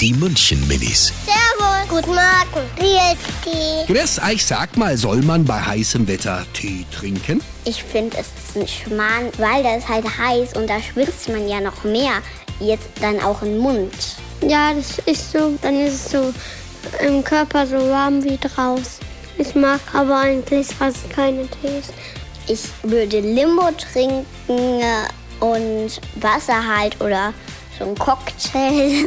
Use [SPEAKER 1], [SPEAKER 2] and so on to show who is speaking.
[SPEAKER 1] Die München Minis.
[SPEAKER 2] Servus. Guten Morgen. Wie ist die?
[SPEAKER 1] Grüß euch, sag mal, soll man bei heißem Wetter Tee trinken?
[SPEAKER 2] Ich finde, es ist ein Schmarrn, weil da ist halt heiß und da schwitzt man ja noch mehr. Jetzt dann auch im Mund.
[SPEAKER 3] Ja, das ist so. Dann ist es so im Körper so warm wie draußen. Ich mag aber eigentlich fast keine Tees.
[SPEAKER 2] Ich würde Limo trinken äh, und Wasser halt oder so einen Cocktail.